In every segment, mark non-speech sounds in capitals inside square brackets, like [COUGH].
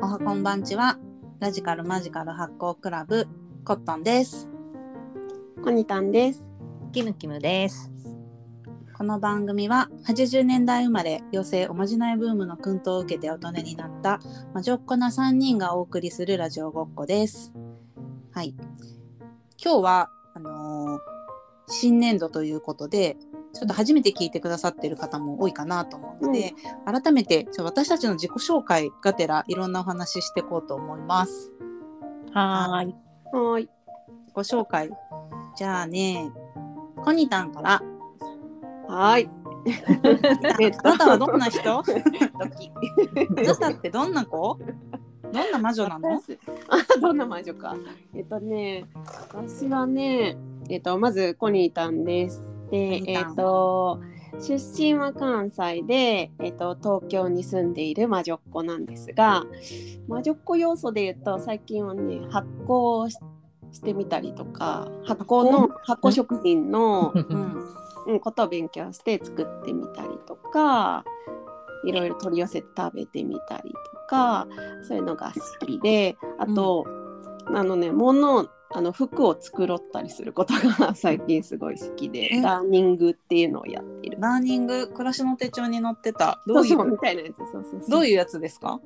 おはこんばんちはラジカルマジカル発行クラブコットンですコニタンです。キムキムです。この番組は80年代生まれ女性おまじないブームの薫陶を受けて大人になった魔女っ子な3人がお送りするラジオごっこですはい今日はあのー新年度ということでちょっと初めて聞いてくださってる方も多いかなと思うので、改めてちょっと私たちの自己紹介がてらいろんなお話ししていこうと思いますはーい。はーい。ご紹介。じゃあね、コニタンから。はーい。えあなたはどんな人あドキ。なたってどんな子どんな魔女なのあ、どんな魔女か。えっとね、私はね、えっとまずコニータンです。で、ニーえタンっと出身は関西で、えっと東京に住んでいる魔女っ子なんですが、魔女っ子要素で言うと最近はね発酵をししてみたりとか、発酵の発酵食品のうん。うん、ことを勉強して作ってみたりとかいろいろ取り寄せて食べてみたりとかそういうのが好きであと、あのね物をあの服を作ろったりすることが [LAUGHS] 最近すごい好きでえラーニングっていうのをやっている。ラーニング、暮らしの手帳に載ってた。どういそうそうう、みたいなやつそうそうそうどういうやつですか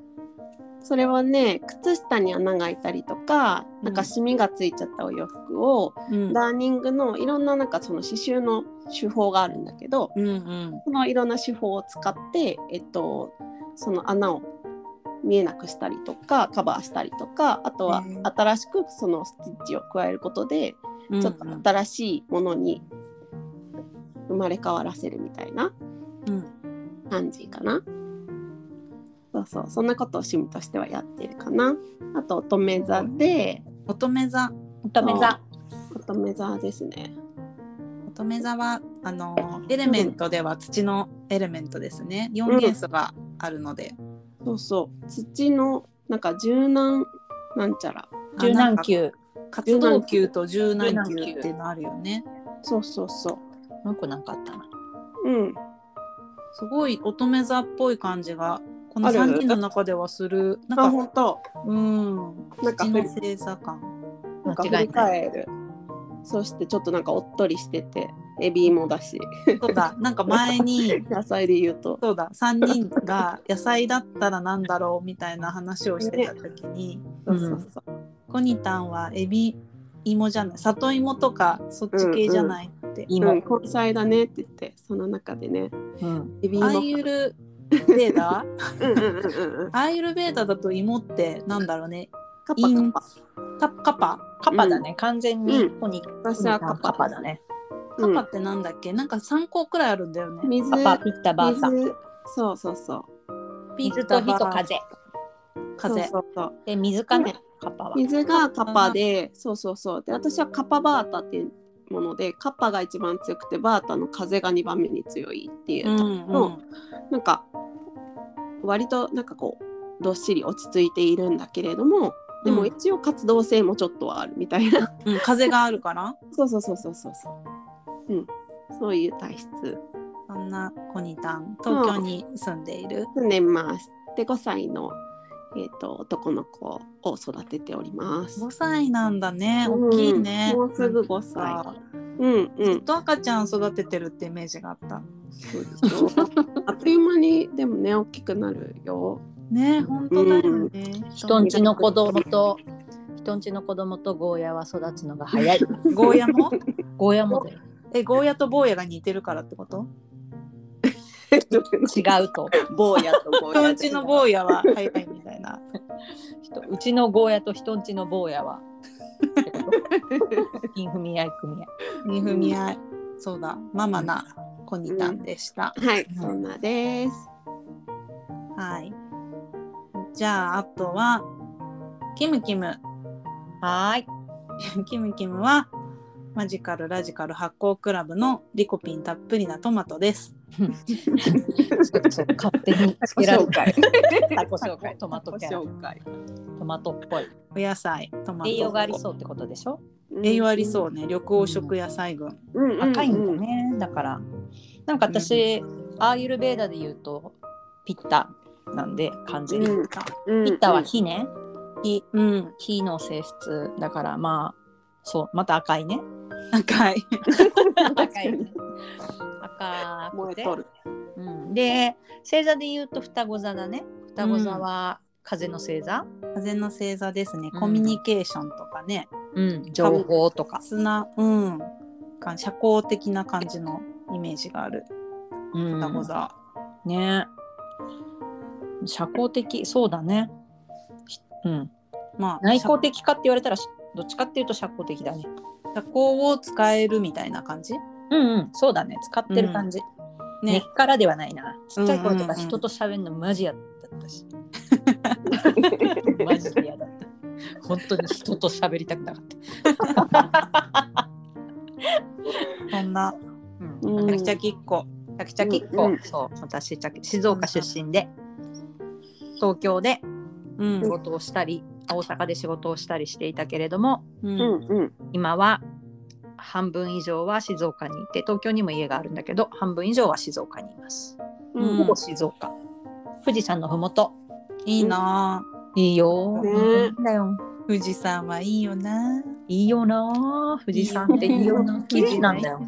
それはね靴下に穴が開いたりとかなうんかんシミがついちゃったお洋服を、うん。ラーニングのいろんななんかその刺繍の手法があるんだけど、うんうん。そのいろんな手法を使って、えっと、その穴を見えなくしたりとかカバーしたりとかあとはへえ新しくそのスティッチを加えることで、うんうんちょっと新しいものに生まれ変わらせるみたいなうん感じかな。そうそうそんなことを趣味としてはやってるかな。あと乙女座で乙女座。乙女座。乙女座ですね。乙女座は、あのー、エレメントでは土のエレメントですね。4元素があるので。そうそう土のなんか柔軟なんちゃらあ柔軟。球。なんか活動球と柔軟球っていうのあるよね。そうそうそもう一個なんかあったな。ううんすごい乙女座っぽい感じがこのある3人の中ではするなあんか本当うんなんか土の星座感なんか振間違りいない。返る。そしてちょっとなんかおっとりしてて、エビもだし、そうだなんか前に野菜で言うと。そうだ3人が野菜だったらなんだろうみたいな話をしてた時に、そうそうそう。コニタンはエビ芋じゃない里芋とかそっち系じゃないって、う今。ん、根菜だねって言って、その中でね、うん。エビアも。イユルベーダー [LAUGHS] うんうんうんうんうん。アイユルベーダーだと芋ってなんだろうねカインパカタカパカパだね。完全うにんここに。パ。私はカパカパだ。ね。うカパん、ってなんだっけ、なんか3個くらいあるんだよね水、パパ、ピッタ、バーサ。水。そうそうそう。ピ水ッとタ火バとラ風。風そうそうそうで、水かうね。カパは。水がカパで、そうそうそう。で、私はカパバータっていうもので、カパが一番強くて、バータの風が2番目に強いっていう。うんうのんなんか割となんかこうどっしり落ち着いているんだけれどもでうもん一応活動性もちょっとはあるみたいな、 [LAUGHS] うん、風があるからそうそうそうそうそうそううんそういう体質そんなコニタン東京に住んでいる、住んでますで5歳の、えー、と男の子を育てております5歳なんだね大きいね、うんもうすぐ5なん歳かうんうずっんと赤ちゃん育ててるってイメージがあったそうでしょあっという間にでもね大きくなる [LAUGHS] よね本当だよね、人んちの子供と。人んちの子供とゴーヤは育つのが早 [LAUGHS] い。ゴーヤもゴーヤもだよえゴーヤと坊やが似てるからってこと違うと。坊やと坊人 [LAUGHS] やんちの坊やは早いみたいな人うちのゴーヤと人んちの坊や [LAUGHS] は。ってこと金組合組合。二踏み合い、そうだママなコニタンでした、はいそんなですはいじゃああとはキムキム [LAUGHS] はーい。キムキムはマジカルラジカル発酵クラブのリコピンたっぷりなトマトです。そう勝手につけられた。タコ紹介、トマトキャラ、紹介トマトっぽい。お野菜、トマト。栄養がありそうってことでしょ。栄養ありそうね。緑黄色野菜群。うん。うん赤いんだ。ね。だから、なんか私、アーユルベーダで言うと、ピッタなんで完全にうピんッタうんピッタは火ねいうん火の性質だからまあそうまた赤いね赤い赤いね [LAUGHS] [LAUGHS] 赤燃くえてとる。うん、で星座で言うと双子座だね双子座は風の星座、風の星座ですねうんコミュニケーションとかね、うん、情報とか、砂うんか社交的な感じのイメージがあるうん双子座、ね社交的そうだね、ひうん、まあ内向社的かって言われたらしどっちかっていうと社交的だね社交を使えるみたいな感じうんうんそうだね使ってる感じ、根ねっからではないなちっちゃいう頃とんうんうかんうん人と喋るのマジやったし、マジで嫌だった [LAUGHS] 本当に人と喋りたくなかったそんなううんんめちゃきっこチャキチャキっ子、うんそう私チャキ静岡出身で東京でうん仕事をしたり、大阪で仕事をしたりしていたけれどもううんんうん今は半分以上は静岡にいて東京にも家があるんだけど半分以上は静岡にいます、ううんんほぼ静岡富士山のふもといいなあいいよ、ねいいんだよ富士山はいいよないいよな富士山っていいよな綺綺麗麗ななんんだだよよ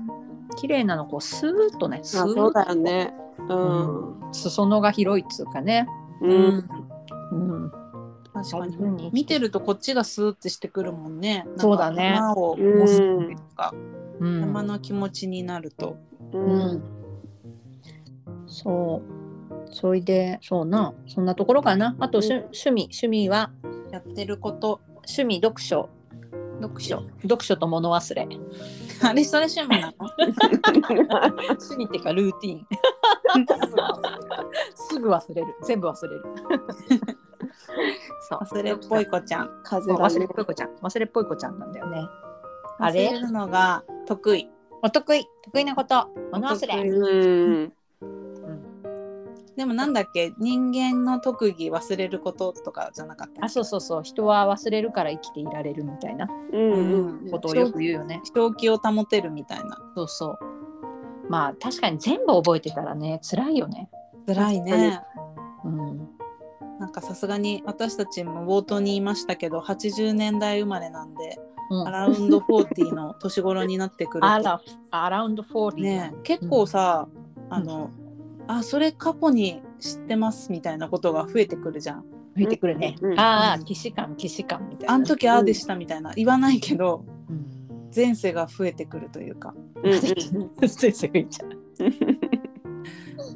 綺麗なのこうスーッとねスまあーそうッだよね。うん。裾野が広いっつうかねうん。うん確かにそういうふうに見てるとこっちがスーってしてくるもんねなんかそうだね山をうん越すというか、うん山の気持ちになるとうん。そう。それで、そうな、そんなところかな。あと、しゅうん趣味、趣味は、やってること趣味読書、読書読書と物忘れ。あれそれ趣味なの趣味っていうか、ルーティン。 [LAUGHS] すぐ忘れる。全部忘 [LAUGHS] れる。そう。忘れっぽい子ちゃん風そう。だ忘れねっ。ぽい子ちゃん。忘れっぽい子ちゃんなんだよね。あ忘れれるのが得意お得意、得意なこと、物お忘得れ。うん。でもなんだっけ人間の特技忘れることとかじゃなかったあ、そうそうそう。人は忘れるから生きていられるみたいなうんうん。ことをよく言うよね。正気を保てるみたいなそうそう。まあ、確かに全部覚えてたらね、辛いよね。辛いねうん。なんかさすがに私たちも冒頭に言いましたけど80年代生まれなんでうんアラウンド40の年頃になって [LAUGHS] くるとアラアラウンド40、ね結構さ、あの、あそれ過去に知ってますみたいなことが増えてくるじゃん増えてくるね、うんああうん既視感既視感みたいなあの時ああでしたみたいな言わないけどうん前世が増えてくるというかうん [LAUGHS] 先生が言っちゃ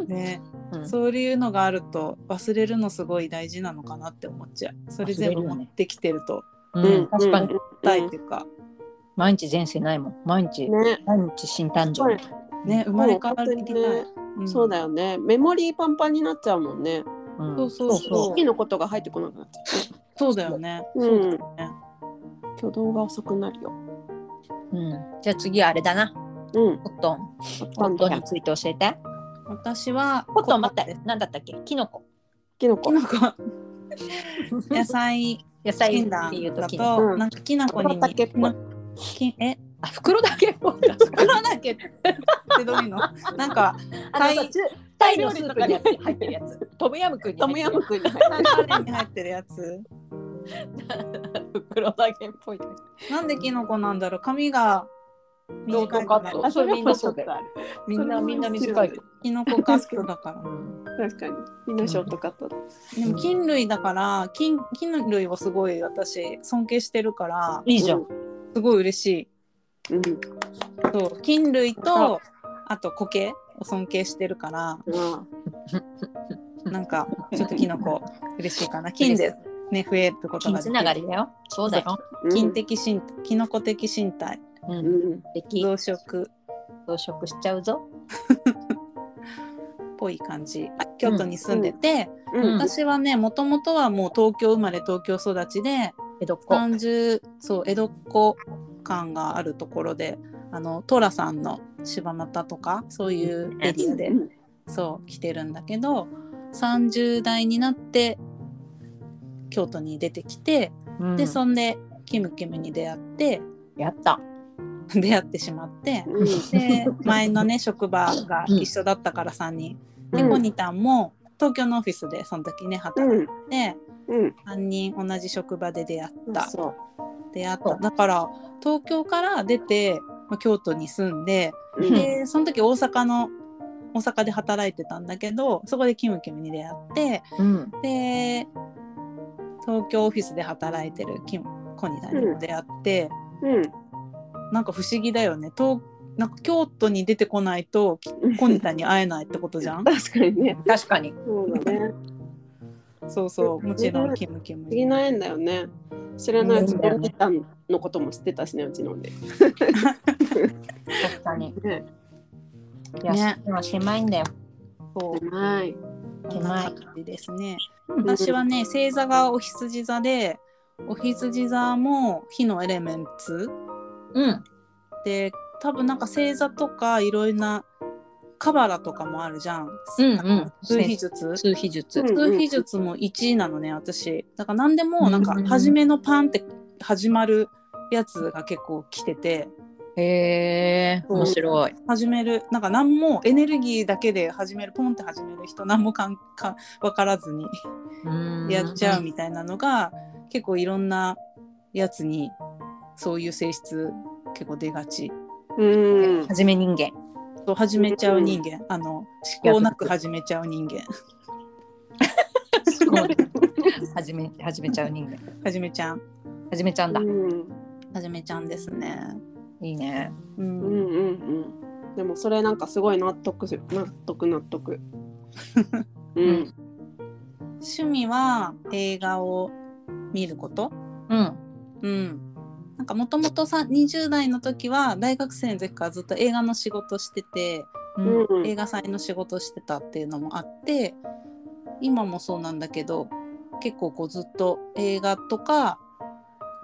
ねう、うん、そういうのがあると忘れるのすごい大事なのかなって思っちゃうそれ全部忘れるよ持ねってきてるとうんうん。確かにたいっていうか、毎日前世ないもん毎日、ね。毎日新誕生、はいね生まれ変わりたい、ねんそうだよね。メモリーパンパンになっちゃうもんね。うんそうそうそう好きのことが入ってこなくなっちゃそうだよね、う。そううん。だよね挙動が遅くなるよ。うん、じゃあ次はあれだなうん。コットンコパッントパンにン。ついて教えて私はコットン待っコて何だったっけキノコキノきコ。のこ [LAUGHS] 野菜野菜診って断いうだとキノコと、うんなんかきなこに袋だけっぽいきえあ袋だけっぽいな袋だけってどういうの [LAUGHS] なんかあのタイさちゅタイのスープに入ってるやつ [LAUGHS] トムヤムクンにト入っムてるヤムやつクンに入タイカレーに入ってるやつ袋だけっぽいなんでキノコなんだろう髪がロー短いかドカらッる。トそれみんなそうだよある。みんなみんな短いけど、キノコカットだから確かに。みんなショートカットだ。でも菌類だから菌菌類をすごい私尊敬してるからいいじゃん。すごい嬉しいうん。そう菌類とあと苔を尊敬してるからうん。なんかちょっとキノコ嬉しいかな菌でね増えること金がつでながきるりだよ。そうだよ。菌的身キノコ的身体う、うんん。敵増殖っ増殖しちゃうぞ。ぽい感じ京都に住んでて、うん。私はねもともとはもう東京生まれ東京育ちで江戸っ子。 30そう江戸っ子感があるところであの寅さんの柴又とかそういうエリアで、そう来てるんだけど30代になって京都に出てきて、うんでそんでキムキムに出会って [LAUGHS] やった。出会ってしまってうん。で前のね職場が一緒だったから3人、でうんコニタンも東京のオフィスでその時ね働うんいて、うん3人同じ職場で出会ったそ出会っそたうだから東京から出て、まあ、京都に住んで、う、うん、でその時大阪の大阪で働いてたんだけどそこでキムキムに出会ってうん。で東京オフィスで働いてるキムコニーさんにも出会って、うんなんか不思議だよね東なんか京都に出てこないときコニーさんに会えないってことじ [LAUGHS] ゃん確かにね確かに。そうだねそうそうもちろんキムキム不思議にな縁だよね知らないうちうんにお姉ちゃんのことも知ってたしねうちのね確かに。ねいや、ね今狭いんだよ。そうはいこんな感じですね。私はね星座がお羊座でお羊座も火のエレメンツうん。で多分なんか星座とかいろいろなカバラとかもあるじゃん。うんうんなんか数秘術数秘術。うん数秘術も1位なのね私。だから何でもなんか初めのパンって始まるやつが結構来ててへえ、そう面白い。始めるなんか何もエネルギーだけで始めるポンって始める人何もかんか分からずにやっちゃう。みたいなのが結構いろんなやつにそういう性質結構出がちうんはじめ人間。 [LAUGHS] そう始めちゃう人間、あの思考なく始めちゃう人間はじめ、始めちゃう人間。始めちゃんはじめちゃうんだ。うん始めちゃんですねいいね。う、うんうんんうんでもそれなんかすごい納得する納得納 [LAUGHS] 得うん趣味は映画を見ることうん。うんなんかもともと20代の時は大学生の時からずっと映画の仕事しててうん。うん映画祭の仕事してたっていうのもあって今もそうなんだけど結構こうずっと映画とか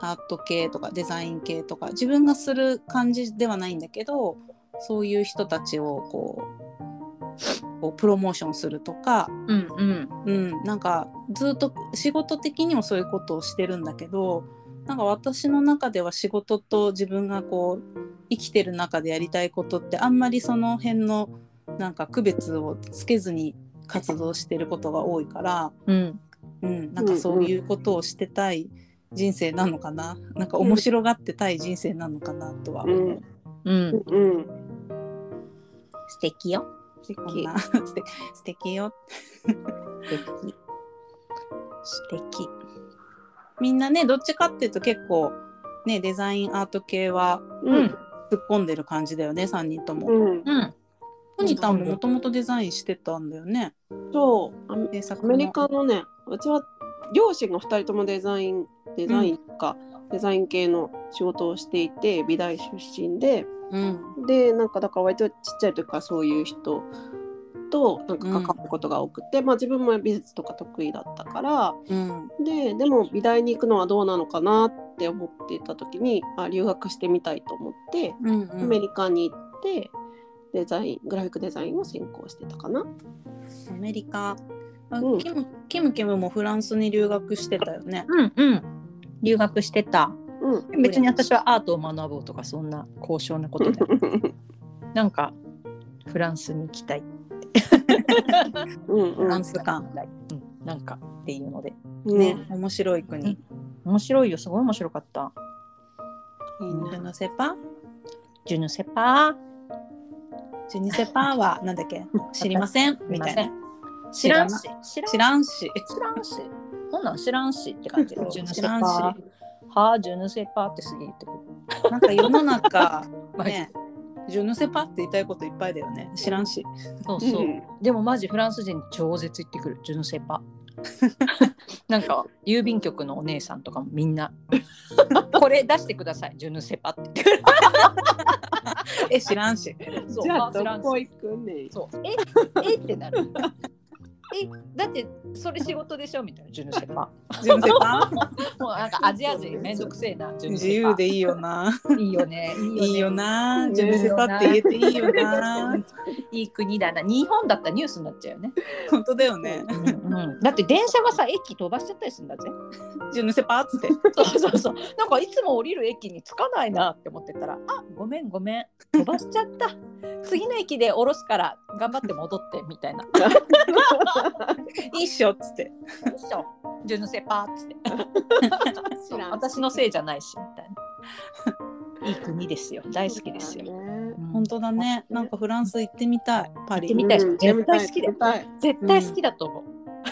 アート系とかデザイン系とか自分がする感じではないんだけどそういう人たちをこうこうプロモーションするとか、うん。うん。うん、なんかずっと仕事的にもそういうことをしてるんだけどなんか私の中では仕事と自分がこう生きてる中でやりたいことってあんまりその辺のなんか区別をつけずに活動してることが多いから、うん。うん、なんかそういうことをしてたい人生なのかな、なんか面白がってたい人生なのかなとはう思う。んうん。うん素敵よ。素こん敵な [LAUGHS] 素敵素敵よ素敵。素敵。みんなねどっちかっていうと結構ねデザインアート系はうん突っ込んでる感じだよね3人とも。うんうん。ポニタンももともとデザインしてたんだよね。そうあ制作アのメリカのねうちは両親が2人ともデザインデザインとか、デザイン系の仕事をしていて美大出身でうんでなんかだから割とちっちゃい時からそういう人となんか関わることが多くて、まあ自分も美術とか得意だったからうんででも美大に行くのはどうなのかなって思っていた時にあ留学してみたいと思ってうんアメリカに行ってデザイングラフィックデザインを専攻してたかな。アメリカ。あうんキムキムキムもフランスに留学してたよね。うん。うん。留学してた。うん別に私はアートを学ぼうとか、そんな高尚なことで。 [LAUGHS] なんか。フランスに行きたい。うんフうラんンスか。うん。なんか。っていうので。ね、面白い国。面白いよ。すごい面白かった。いいジねュヌセパジュヌセパー。ジュニセパはなんだっけ知りませんみたいな。な。知らんし。知らん知らんし。知らんし。そんなん知らんしって感じ。そう [LAUGHS] ジュヌセ知パらんしー。はあ、ジュヌセパーってすげえ言ってくる。なんか世の中マジね、ジュヌセパって言いたいこといっぱいだよね。知らんし。そうそう。んでもマジフランス人に超絶言ってくる。ジュヌセパ。なんか郵便局のお姉さんとかもみんなこれ出してください。ジュヌセパって言ってくる。え、知らんし。そうじゃああ知どらんしこ行くねん。そう。ええってなる。えだってそれ仕事でしょみたいなジュヌセパ。ジュヌセパもうなんかアジア人めんどくせえな。ジュヌセ自パ由でいいよな。いいよね。いいよねいいよな。ねジュヌセパって言えていいよ [LAUGHS] な。いい国だな。日本だったらニュースになっちゃうよね。本当だよね。うん、だって電車がさ駅飛ばしちゃったりするんだぜ。ジュヌセパっつって。そうそうそう。なんかいつも降りる駅に着かないなって思ってたら、あごめんごめん飛ばしちゃった。次の駅で降ろすから頑張って戻ってみたいな。いっしょっつってジュヌセパーっつって知らん [LAUGHS] 私のせいじゃないしみたいな。いい国ですよ。大好きですよ。そうだね本当だねなんかフランス行ってみたいパ行ってリみたいうん絶対好きだよ絶対絶対好きだと思う。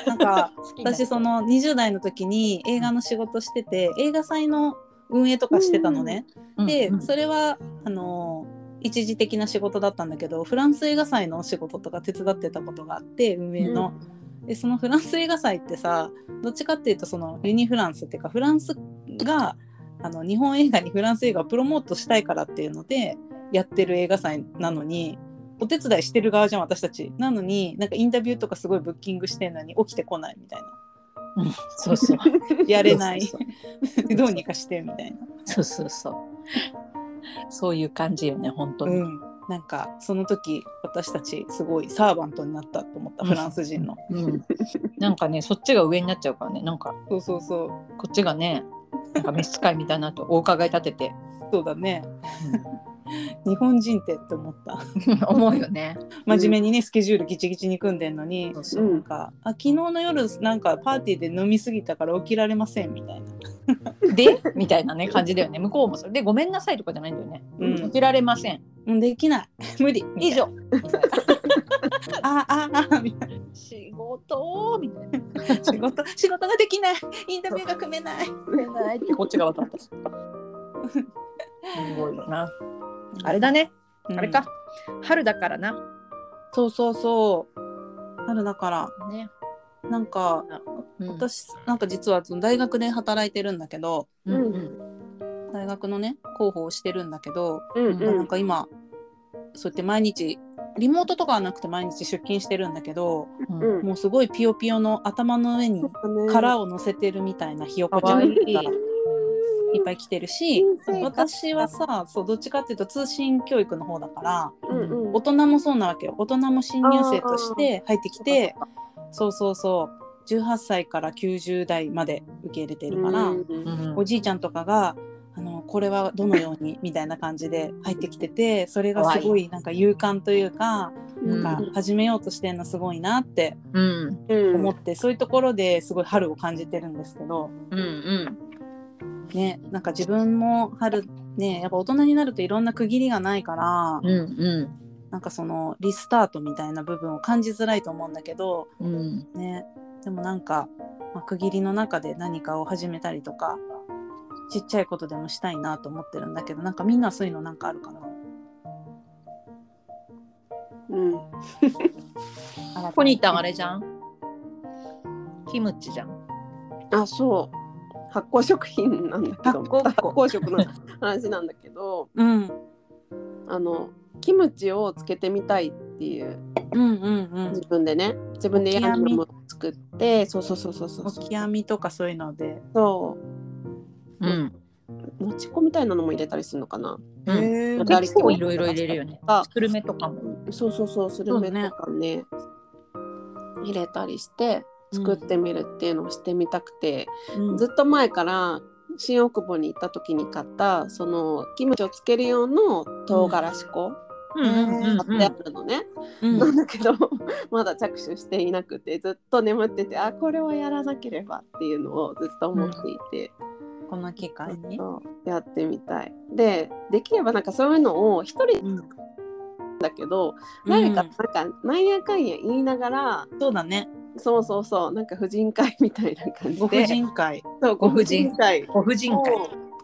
なんか好きな人私その20代の時に映画の仕事してて映画祭の運営とかしてたのね、で、うんそれはあのー一時的な仕事だったんだけどフランス映画祭のお仕事とか手伝ってたことがあって運営の、でそのフランス映画祭ってさどっちかっていうとそのユニフランスっていうかフランスがあの日本映画にフランス映画をプロモートしたいからっていうのでやってる映画祭なのにお手伝いしてる側じゃん私たちなのになんかインタビューとかすごいブッキングしてんのに起きてこないみたいなうんそうそう。やれないそ [LAUGHS] うどうにかしてみたいな。そうそうそう。そういう感じよね、本当に。うん、なんかその時私たちすごいサーバントになったと思ったうんフランス人の、うんなんかね、そっちが上になっちゃうからね、なんか [LAUGHS] そうそうそうこっちがね、なんか召使いみたいなとお伺い立て [LAUGHS] て、そうだね日本人ってって思ったうん思うよね。真面目にねスケジュールギチギチに組んでんのに、そううそうんなんんかあ昨日の夜なんかパーティーで飲みすぎたから起きられませんみたいな、でみたいなね感じだよね。向こうもそれでごめんなさいとかじゃないんだよね。うん受けられません。もうできない [LAUGHS] 無理以上。ああああみたい仕事みたいな。な仕 [LAUGHS] 事仕事ができないインタビューが組めないこっち側だったし。すごいよな。あれだね。あれか。春だからな。うんそうそうそう春だからね。なんか私。私なんか実はその大学で働いてるんだけど、うんうん。大学のね広報をしてるんだけど、うんなんか今そうやって毎日リモートとかはなくて毎日出勤してるんだけどうんもうすごいピヨピヨの頭の上にうん殻を乗せてるみたいなひよこちゃんがかわいいいっぱい来てるしうん私はさそうどっちかっていうと通信教育の方だからうんうん大人もそうなわけよ大人も新入生として入ってきてそうそうそう18歳から90代まで受け入れてるから。うんおじいちゃんとかがあのこれはどのようにみたいな感じで入ってきててそれがすごいなんか勇敢というかうんなんか始めようとしてるのすごいなってうんうん思って、そういうところですごい春を感じてるんですけど、うんうん。ね、なんか自分も春ねやっぱ大人になるといろんな区切りがないから、うんうんなんかそのリスタートみたいな部分を感じづらいと思うんだけど、うん。ね、でもなんか、まあ区切りの中で何かを始めたりとかちっちゃいことでもしたいなと思ってるんだけどなんかみんなそういうのなんかあるかなうんポニータンあれじゃん。キムチじゃん。あそう発酵食品なんだけど発酵発酵食の話なんだけどうんあのキムチをつけてみたいっていううんうんうん自分でね自分でヤンニョムを作ってそうそうそうそうそうオキアミとかそういうので、そううん。もち粉みたいなのも入れたりするのかなうんへー誰結構いろいろ入れるよねあ。スルメとかも。そうそうそうスルメとかね入れたりして作ってみるっていうのをしてみたくて、うんずっと前から新大久保に行った時に買ったそのキムチをつける用の唐辛子粉うんうんうん買ってあるのね、うんなんだけど [LAUGHS] まだ着手していなくてずっと眠っててあこれはやらなければっていうのをずっと思っていて、この機会に、そうやってみたい。でできればなんかそういうのを一人うん、だけど、誰かうんなんかなんやかんや言いながらそうだねそうそうそうなんか婦人会みたいな感じでご婦人会そうごご婦婦人人会ご婦人会。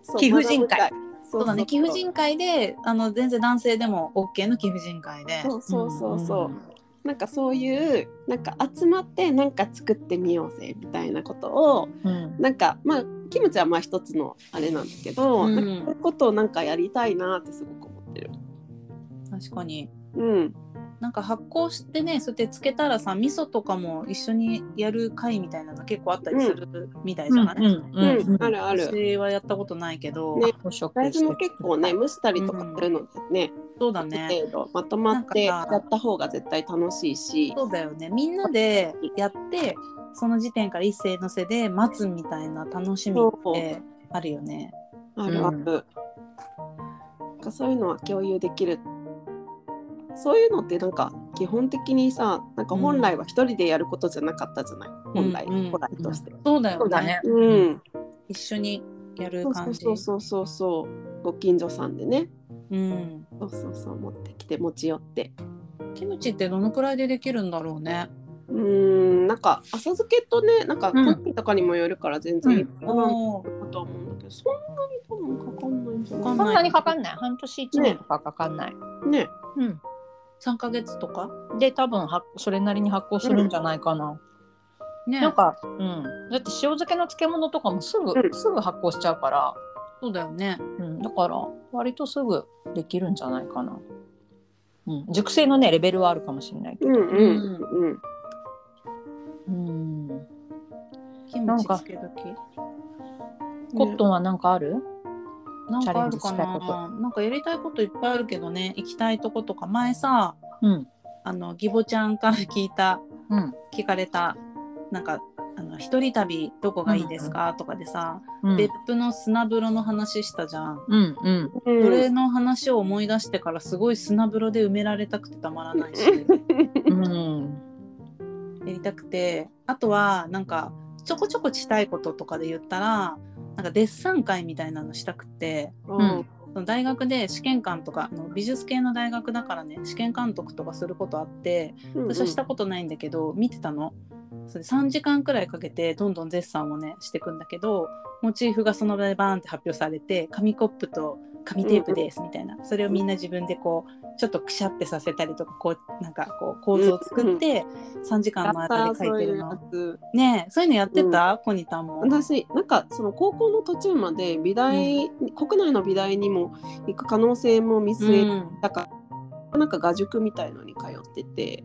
そう貴婦人会そそうだね貴婦会人会であの全然男性でも OK の貴婦人会でそうそうそうそう、なんかそういうなんか集まってなんか作ってみようぜみたいなことをうん。うんなんかまあキムチはまあ一つのあれなんだけど、うんなんかそういうことをなんかやりたいなってすごく思ってる。確かにうん、なんか発酵してねそうやってつけたらさ味噌とかも一緒にやる会みたいなの結構あったりするみたいじゃない、うんうんうん。あるある。私はやったことないけど、ね捕食大豆も結構ねして蒸したりとかするのでね、そうだあねる程度まとまってなやんかさった方が絶対楽しいしそうだよねみんなでやってその時点から一斉のせで待つみたいな楽しみってあるよね。あるある、なんかそういうのは共有できるそういうのってなんか基本的にさなんか本来は一人でやることじゃなかったじゃない、本来うんうん古来として。そうだよそうだねね。うん、一緒にやるそう感じ。そうそうそうそうご近所さんでねうん。そうそうそう持ってきて持ち寄ってキムチってどのくらいでできるんだろうね。うーんなんか浅漬けとねなんかうん好みとかにもよるから全然いいかなおーとは思うんだけど、そんなに多分かかんないんじゃかないんそんなにかかんない半年1年とかかかんない、ね三ヶ月とか。で多分発それなりに発酵するんじゃないかな、ね。なんか、うん、だって塩漬けの漬物とかもすぐ、うんすぐ発酵しちゃうから、そうだよね。うん、だから割とすぐできるんじゃないかな、うん、熟成のねレベルはあるかもしれないけど、うんうんうんうんうん、キムチ漬け時。コットンは何かある、なんかあるかチャレンジしたいことな。なんかやりたいこといっぱいあるけどね。行きたいとことか前さ、うんあのギボちゃんから聞いたうん聞かれたなんかあの一人旅どこがいいですか、とかでさ、うん別府の砂風呂の話したじゃん。うんうんうんそれの話を思い出してからすごい砂風呂で埋められたくてたまら [LAUGHS] ないしうんやりたくてあとはなんかちょこちょこしたいこととかで言ったらなんかデッサン会みたいなのしたくてうんその大学で試験官とかあの美術系の大学だからね試験監督とかすることあって私はしたことないんだけど見てたのそれ3時間くらいかけてどんどん絶賛をねしていくんだけどモチーフがその場でバーンって発表されて紙コップと紙テープですみたいなそれをみんな自分でこうちょっとくしゃってさせたりとかこうなんかこう構図を作って3時間の間で描いてるやったのそういうやつねえそういうのやってたコニタンも私なんかその高校の途中まで美大、国内の美大にも行く可能性も見う据えんたから、なんか画塾みたいのに通ってて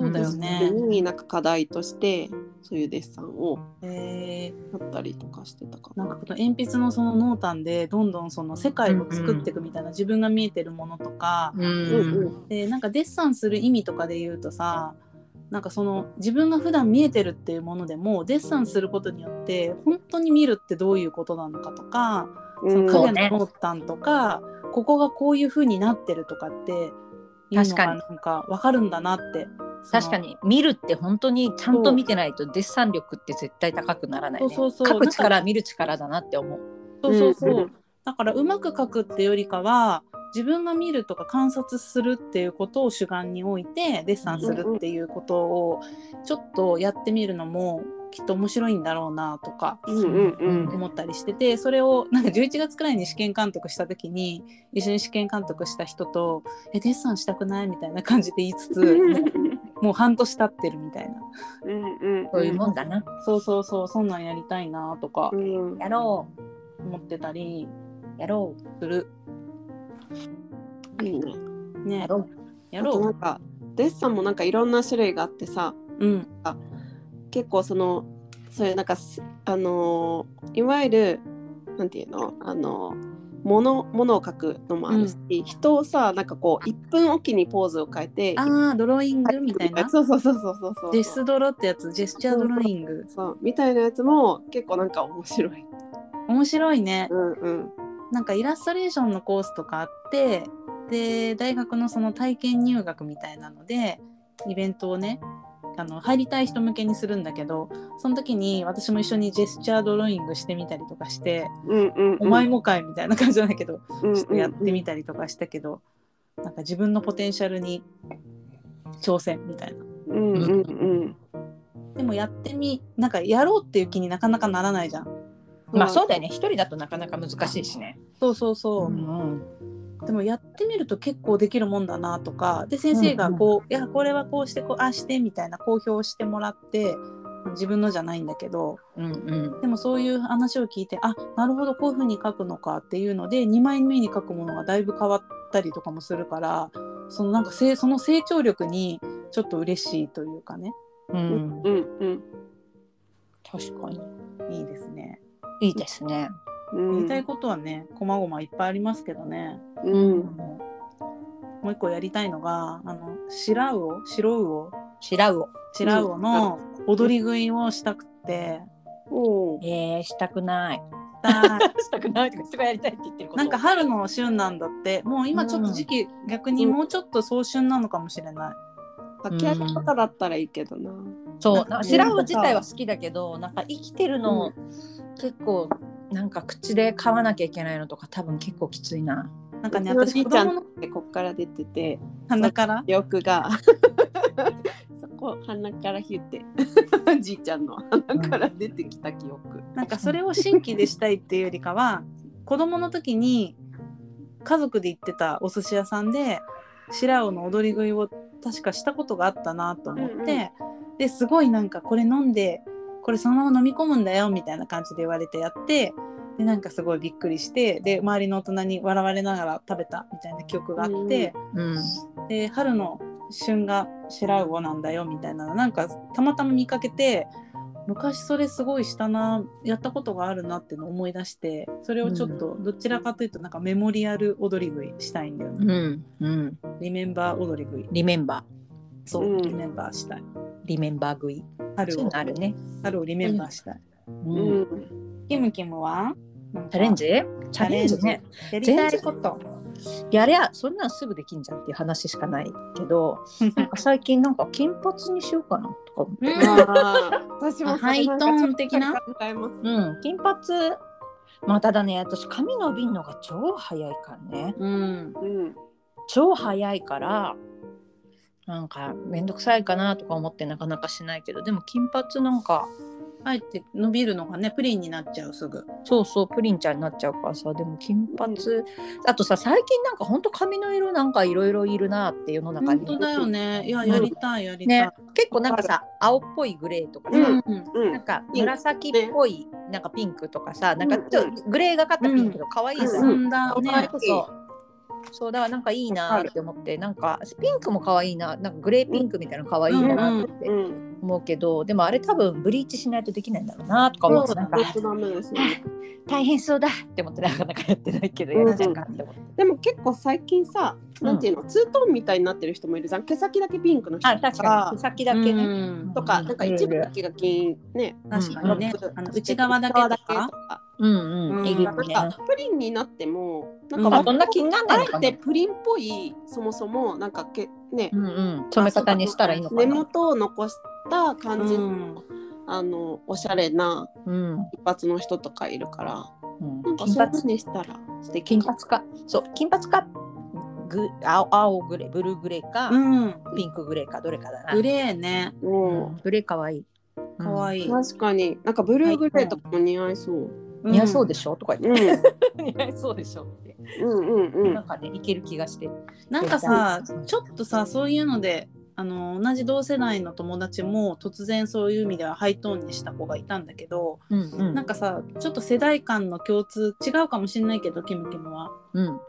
そうだよねその時になんか課題としてそういうデッサンをえーやったりとかしてたかななんかこの鉛筆のその濃淡でどんどんその世界を作っていくみたいな自分が見えてるものとかううんうんんでなんかデッサンする意味とかで言うとさなんかその自分が普段見えてるっていうものでもデッサンすることによって本当に見るってどういうことなのかとかそのそう影ねの濃淡とか、ここがこういう風になってるとかっていうの確かがになんか分かるんだなって確かに見るって本当にちゃんと見てないとデッサン力って絶対高くならないねそうそうそう書く力見る力だなって思うそのそうそうそう、うんうんだからうまく描くってよりかは自分が見るとか観察するっていうことを主眼に置いてデッサンするっていうことをちょっとやってみるのもきっと面白いんだろうなとかうんうんうん思ったりしててそれをなんか11月くらいに試験監督した時に一緒に試験監督した人と「えデッサンしたくない?」みたいな感じで言いつつもうもう半年経ってるみたいなうんうんそういうもんだなそうそうそうそんなんやりたいなとかうんやろ思ってたりうやろうするいいねねやろうやあとなろんかデッサンもなんかいろんな種類があってさううん結構そのそういうなんかすあのーいわゆるなんていうのあのー物物を描くのもあるし、人をさなんかこう1分おきにポーズを変えてあードローイングみたいなそうそうそうそうそうそうジェスドロってやつジェスチャードローイングそうみたいなやつも結構なんか面白い。面白いねうんうんなんかイラストレーションのコースとかあってで大学のその体験入学みたいなのでイベントをねあの入りたい人向けにするんだけどその時に私も一緒にジェスチャードローイングしてみたりとかしてうんうんうん「お前もかい」みたいな感じじゃないけど、うんうんちょっとやってみたりとかしたけど、なんか自分のポテンシャルに挑戦みたいな。うんうんうんでもやってみなんかやろうっていう気になかなかならないじゃん。まあそうだよね一人だとなかなか難しいしねそうそうそう、うんでもやってみると結構できるもんだなとかで先生がこう、いやこれはこうしてこうあしてみたいな公表してもらって自分のじゃないんだけどうんうんでもそういう話を聞いてあなるほどこういうふうに書くのかっていうので2枚目に書くものがだいぶ変わったりとかもするからそのなんかせいその成長力にちょっと嬉しいというかねうんうんうん確かにいいですね。いいですねうんやりたいことはねこまごまいっぱいありますけどね。うんもう一個やりたいのがあの白魚白魚白魚白 [LAUGHS] 魚の踊り食いをしたくって、おーえー、したくないたいしたくないとか人がやりたいって言ってることなんか春の旬なんだってもう今ちょっと時期、逆にもうちょっと早春なのかもしれない、炊き上げとかだったらいいけどな。そなうんかなんか白魚自体は好きだけどなんか生きてるの、結構なんか口で噛まなきゃいけないのとか多分結構きついななんかねう私ちのじい子ちゃ供んっのてこっから出てて、鼻から欲が。そこ鼻からヒュってじいちゃんの鼻から出てきた記憶。なんかそれを新規でしたいっていうよりかは子供の時に家族で行ってたお寿司屋さんで白尾の踊り食いを確かしたことがあったなと思って、ですごいなんかこれ飲んでこれそのまま飲み込むんだよみたいな感じで言われてやってでなんかすごいびっくりしてで周りの大人に笑われながら食べたみたいな記憶があって、うんで春の旬が白魚なんだよみたいなのなんかたまたま見かけて昔それすごいしたなやったことがあるなっていうのを思い出してそれをちょっとどちらかというとなんかメモリアル踊り食いしたいんだよね、うんうんリメンバー踊り食いリメンバそう、うんリメンバーしたいーリメンバー食い春そういうをのあるね、春をリメンバーしたい、ううんん。キムキムはチャレンジチチャャレレンンジジねやり全た然いことやりゃそんなんすぐできんじゃんっていう話しかないけどなんか最近なんか金髪にしようかなとか思って、うんあー私もそれなんかハイトーン的なちょっと考えます。うん、金髪まあただね私髪伸びんのが超早いからね [LAUGHS] うんうん。超早いからなんか面倒くさいかなとか思ってなかなかしないけどでも金髪なんかあえて伸びるのがねプリンになっちゃうすぐそうそうプリンちゃんになっちゃうからさでも金髪、あとさ最近なんかほんと髪の色なんかいろいろいるなって世の中本に当だよねいやうんやりたいやりたい、ね結構なんかさ青っぽいグレーとかさ、うんうんうなんん。か紫っぽいなんかピンクとかさなんかちょっとグレーがかったピンクとか可愛いさ、うん進んだねね可愛い。そうそうだからなんかいいなって思ってなんかピンクも可愛いななんかグレーピンクみたいなの可愛いなってうん。思うけど、でもあれ多分ブリーチしないとできないんだろうなとか思ってなんか本当ダメですよね。大変そうだって思ってなかなかやってないけどやらなきゃかって思って、でも結構最近さ、なんていうの、ツートーンみたいになってる人もいるじゃん。毛先だけピンクの人あとか確かに先だけね、うんとか、なんか一部だけが金ね、確かにねうん、あの内側だけとか。うんうん、うんえぐいねなんかプリンになっても、なんうんかあそんな気になんないのかあなえてプリンっぽい、そもそも、なんかけ、ねう、んうん、染め方にしたらいいのか根な、元を残した感じ、うんあの、おしゃれなうん一発の人とかいるから、うんなんか金そういう髪風にしたら素敵金髪かそう金髪かグ青青グレーブルーグレーか、うん、ピンクグレーかどれかだなグレーね、もブレかわいい。かわいいい。う確かに、なんかブルーグレーとかも似合いそう。ん似合いそうでしょとかう言ん、っうて。似合いそうでしょって。ん、うん、うなんかね、いける気がして。なんかさ、ちょっとさ、そういうので、あの同じ同世代の友達も突然そういう意味ではハイトーンにした子がいたんだけど、うんうんなんかさ、ちょっと世代間の共通違うかもしれないけど、キムキムは。うん。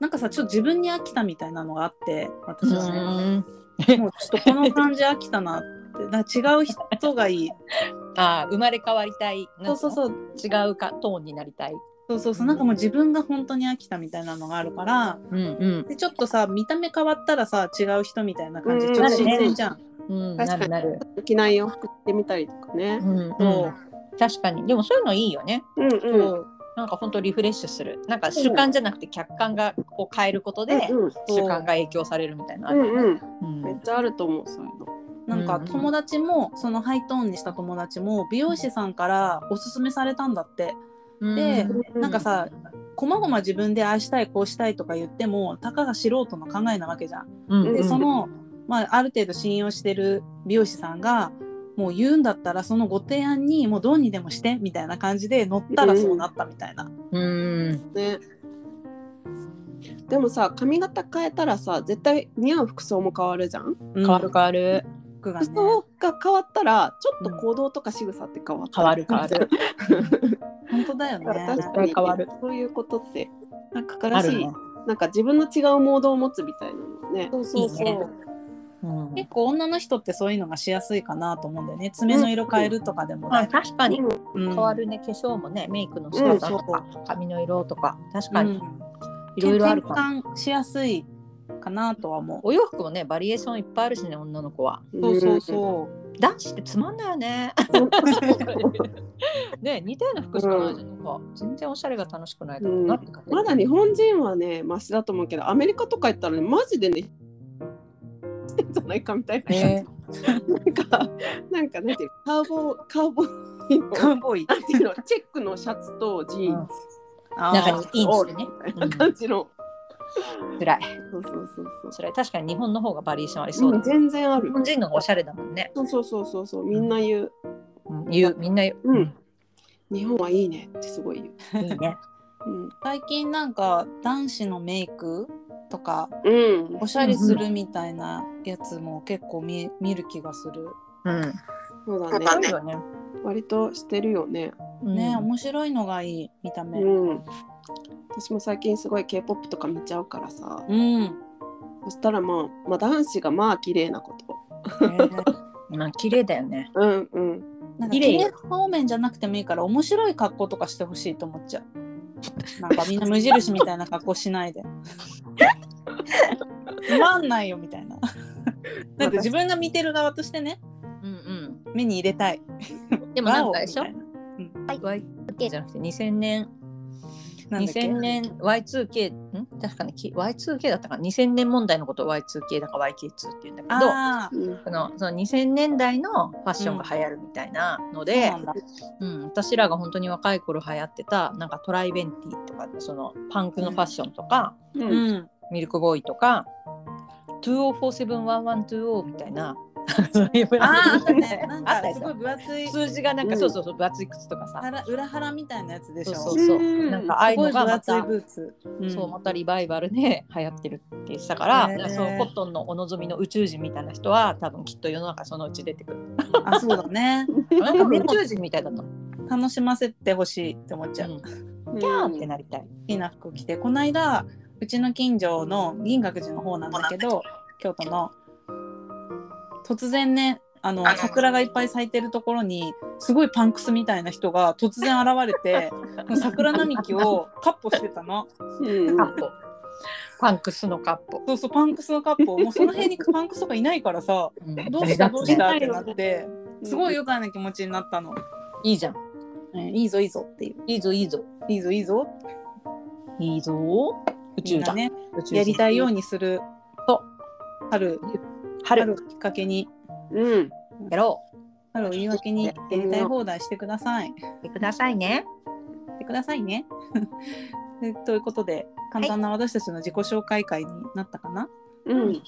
なんかさ、ちょっと自分に飽きたみたいなのがあって、私はね。うん。もうちょっとこの感じ飽きたなって、なんか違う人がいい。ああ、生まれ変わりたい。 [LAUGHS] そうそうう。そう、違うか、トーンになりたい。そうそうそうなんかもう自分が本当に飽きたみたいなのがあるからうんでちょっとさ見た目変わったらさ違う人みたいな感じうんちょっとなるね新鮮じゃん、うん。うん、確かなるになる。ん。着ない洋服着てみたりとかね。うんそううん。確かに。でもそういうのいいよね。うん、うん。そうなんか本当リフレッシュする。なんか主観じゃなくて客観がを変えることで、うん主観が影響されるみたいな。うんうん、うめんっちゃあると思うそういうなの。んうかんうん友達もそのハイトーンにした友達も美容師さんからおすすめされたんだってでうんなんかさこまごま自分でああしたいこうしたいとか言ってもたかが素人の考えなわけじゃん。うん、でうんその、まあ、ある程度信用してる美容師さんがもう言うんだったらそのご提案にもうどうにでもしてみたいな感じで乗ったらそうなったみたいな。うん。ね。でもさ髪型変えたらさ絶対似合う服装も変わるじゃん。変変わる変わる。服が服ね。装が変わったらちょっと行動とか仕草って変わった、変わる変わる。本当だよね。確か絶に対変わるそういうことってなんか新あしるい、ね。なんか自分の違うモードを持つみたいなのね。そうそうそういいねうん結構女の人ってそういうのがしやすいかなと思うんだよね。爪の色変えるとかでもあね。確かにうん変変わ。るね、化粧もねメイクの仕う方んとか、髪の色とか確うかに、ん。いろいろあるか転ら換しやすいかなとは思う。お洋服もねバリエーションいっぱいあるしね女の子はそうそうそ男子ってつまんないよねうん。 [LAUGHS] ね似たような服しかないじゃんなんか全然おしゃれが楽しくないだろうなって感じ、まだ日本人はねマシだと思うけどアメリカとか行ったらねマジでねしてんじゃないかみたいな、ねなんかなんかなんていうのカーボーカーボーイのカウボー [LAUGHS] イ。なんていうのチェックのシャツとジーンズ中あにインしてねみたいな感じの、辛いそうそうそうそう辛い確かに日本の方がバリエーションありそうだ、うん全然あ日る本人の方がおしゃれだもんね、そうそうそうそうそうみんな言う、うん、言うみんな言う、うん日本はいいねってすごい言う、いいねうん最近なんか男子のメイクとかうんおしゃれするみたいなやつも結構見え見る気がする。うんそうだねそうよね割としてるよねね、うん面白いのがいい見た目。うん私も最近すごい K-POP とか見ちゃうからさうん。そしたらまあ、まあ、男子がまあ綺麗なことまあ綺麗だよねうんうんなんか綺綺麗麗方面じゃなくてもいいから面白い格好とかしてほしいと思っ [LAUGHS] ちゃう。なんかみんな無印みたいな格好しないで。つまんないよみた [LAUGHS] いな。なんか自分が見てる側としてねうん目に入れたい。うんでもなんかあれでしょ Y2K じゃなくて2000年なんだっけ2000年 Y2K ん確かにき Y2K だったかな2000年問題のことを Y2K だから YK2 って言うんだけどああ。うんそのその2000年代のファッションが流行るみたいなのそうで、なんだうん私らが本当に若い頃流行ってたなんかトライベンティーとかそのパンクのファッションとか、ううんん。ミルクボーイとか2047120みたいなそういうブラあンーあドったね。なんあったかですしごいょ分厚い数字がなんか、うんそうそうそう分厚い靴とかさ腹裏腹みたいなやつでしそょ。うそうそううんなんかああいすうごのいが分ま厚いたブーツ。うんそうまたリバイバルで流行ってるって言ってたから、へーそうコットンのお望みの宇宙人みたいな人は多分きっと世の中そのうち出てくる。あそうだね。なんか宇宙人みたいだと思う。楽しませてほしいって思っちゃう。好キャーってなりたい。きな服着てこの間うちの近所の銀閣寺の方なんだけど京都の突然ねあの桜がいっぱい咲いてるところにすごいパンクスみたいな人が突然現れ [LAUGHS] てもう桜並木をカッポしてたの。うんうんカッポ。パンクスのカッポ。そうそうパンクスのカップをもうその辺にパンクスとかいないからさどうしたどうしたってなってすごい愉快な気持ちになったの。いいじゃん。ねいいぞいいぞっていういいぞいいぞ。いいぞいいぞいいぞ。宇み宙んなだ。ね宇宙人やりたいようにするそう春春を春。きっかけにうんやろ春を言い訳にやりたい放題してください。う。やってくださいね。してくださいね。 [LAUGHS] でということで簡単な私たちの自己紹介会になったかな、うん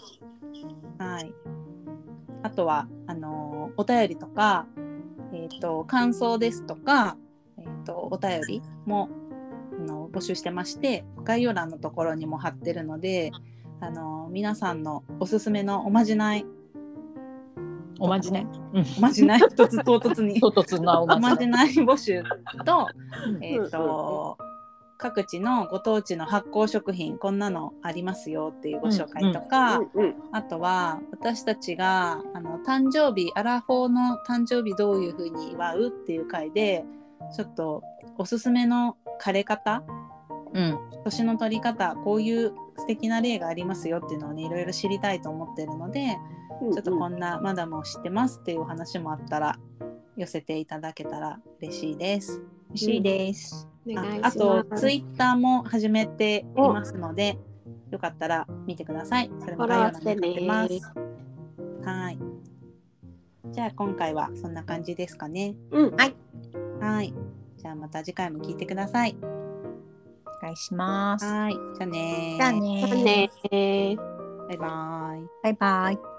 はい。あとはあのーお便りとか、えっ、と感想ですとか、えっ、とお便りもあの募集してまして、概要欄のところにも貼ってるので、あのー皆さんのおすすめのおまじない、おまじね。おまじない [LAUGHS] 一つ唐突に。唐突なおおままじじね。ない募集と、うんえっ、と、各地のご当地の発酵食品、こんなのありますよっていうご紹介とか、うんあとは私たちがあの誕生日アラフォーの誕生日どういうふうに祝うっていう回でちょっとおすすめの枯れ方うん。年の取り方こういう素敵な例がありますよっていうのをねいろいろ知りたいと思ってるのでうんちょっとこんなマダムを知ってますっていうお話もあったら寄せていただけたら嬉しいです。嬉しいです。おあ願いしまあすとツイッターも始めていますのでよかったら見てください。それも概要欄に貼ってます。はい。じゃあ今回はそんな感じですかね。うんはい。じゃあまた次回も聞いてください。お願いします。はい。じゃあねーじゃあじゃねあねーバイバーイ。バイバイ。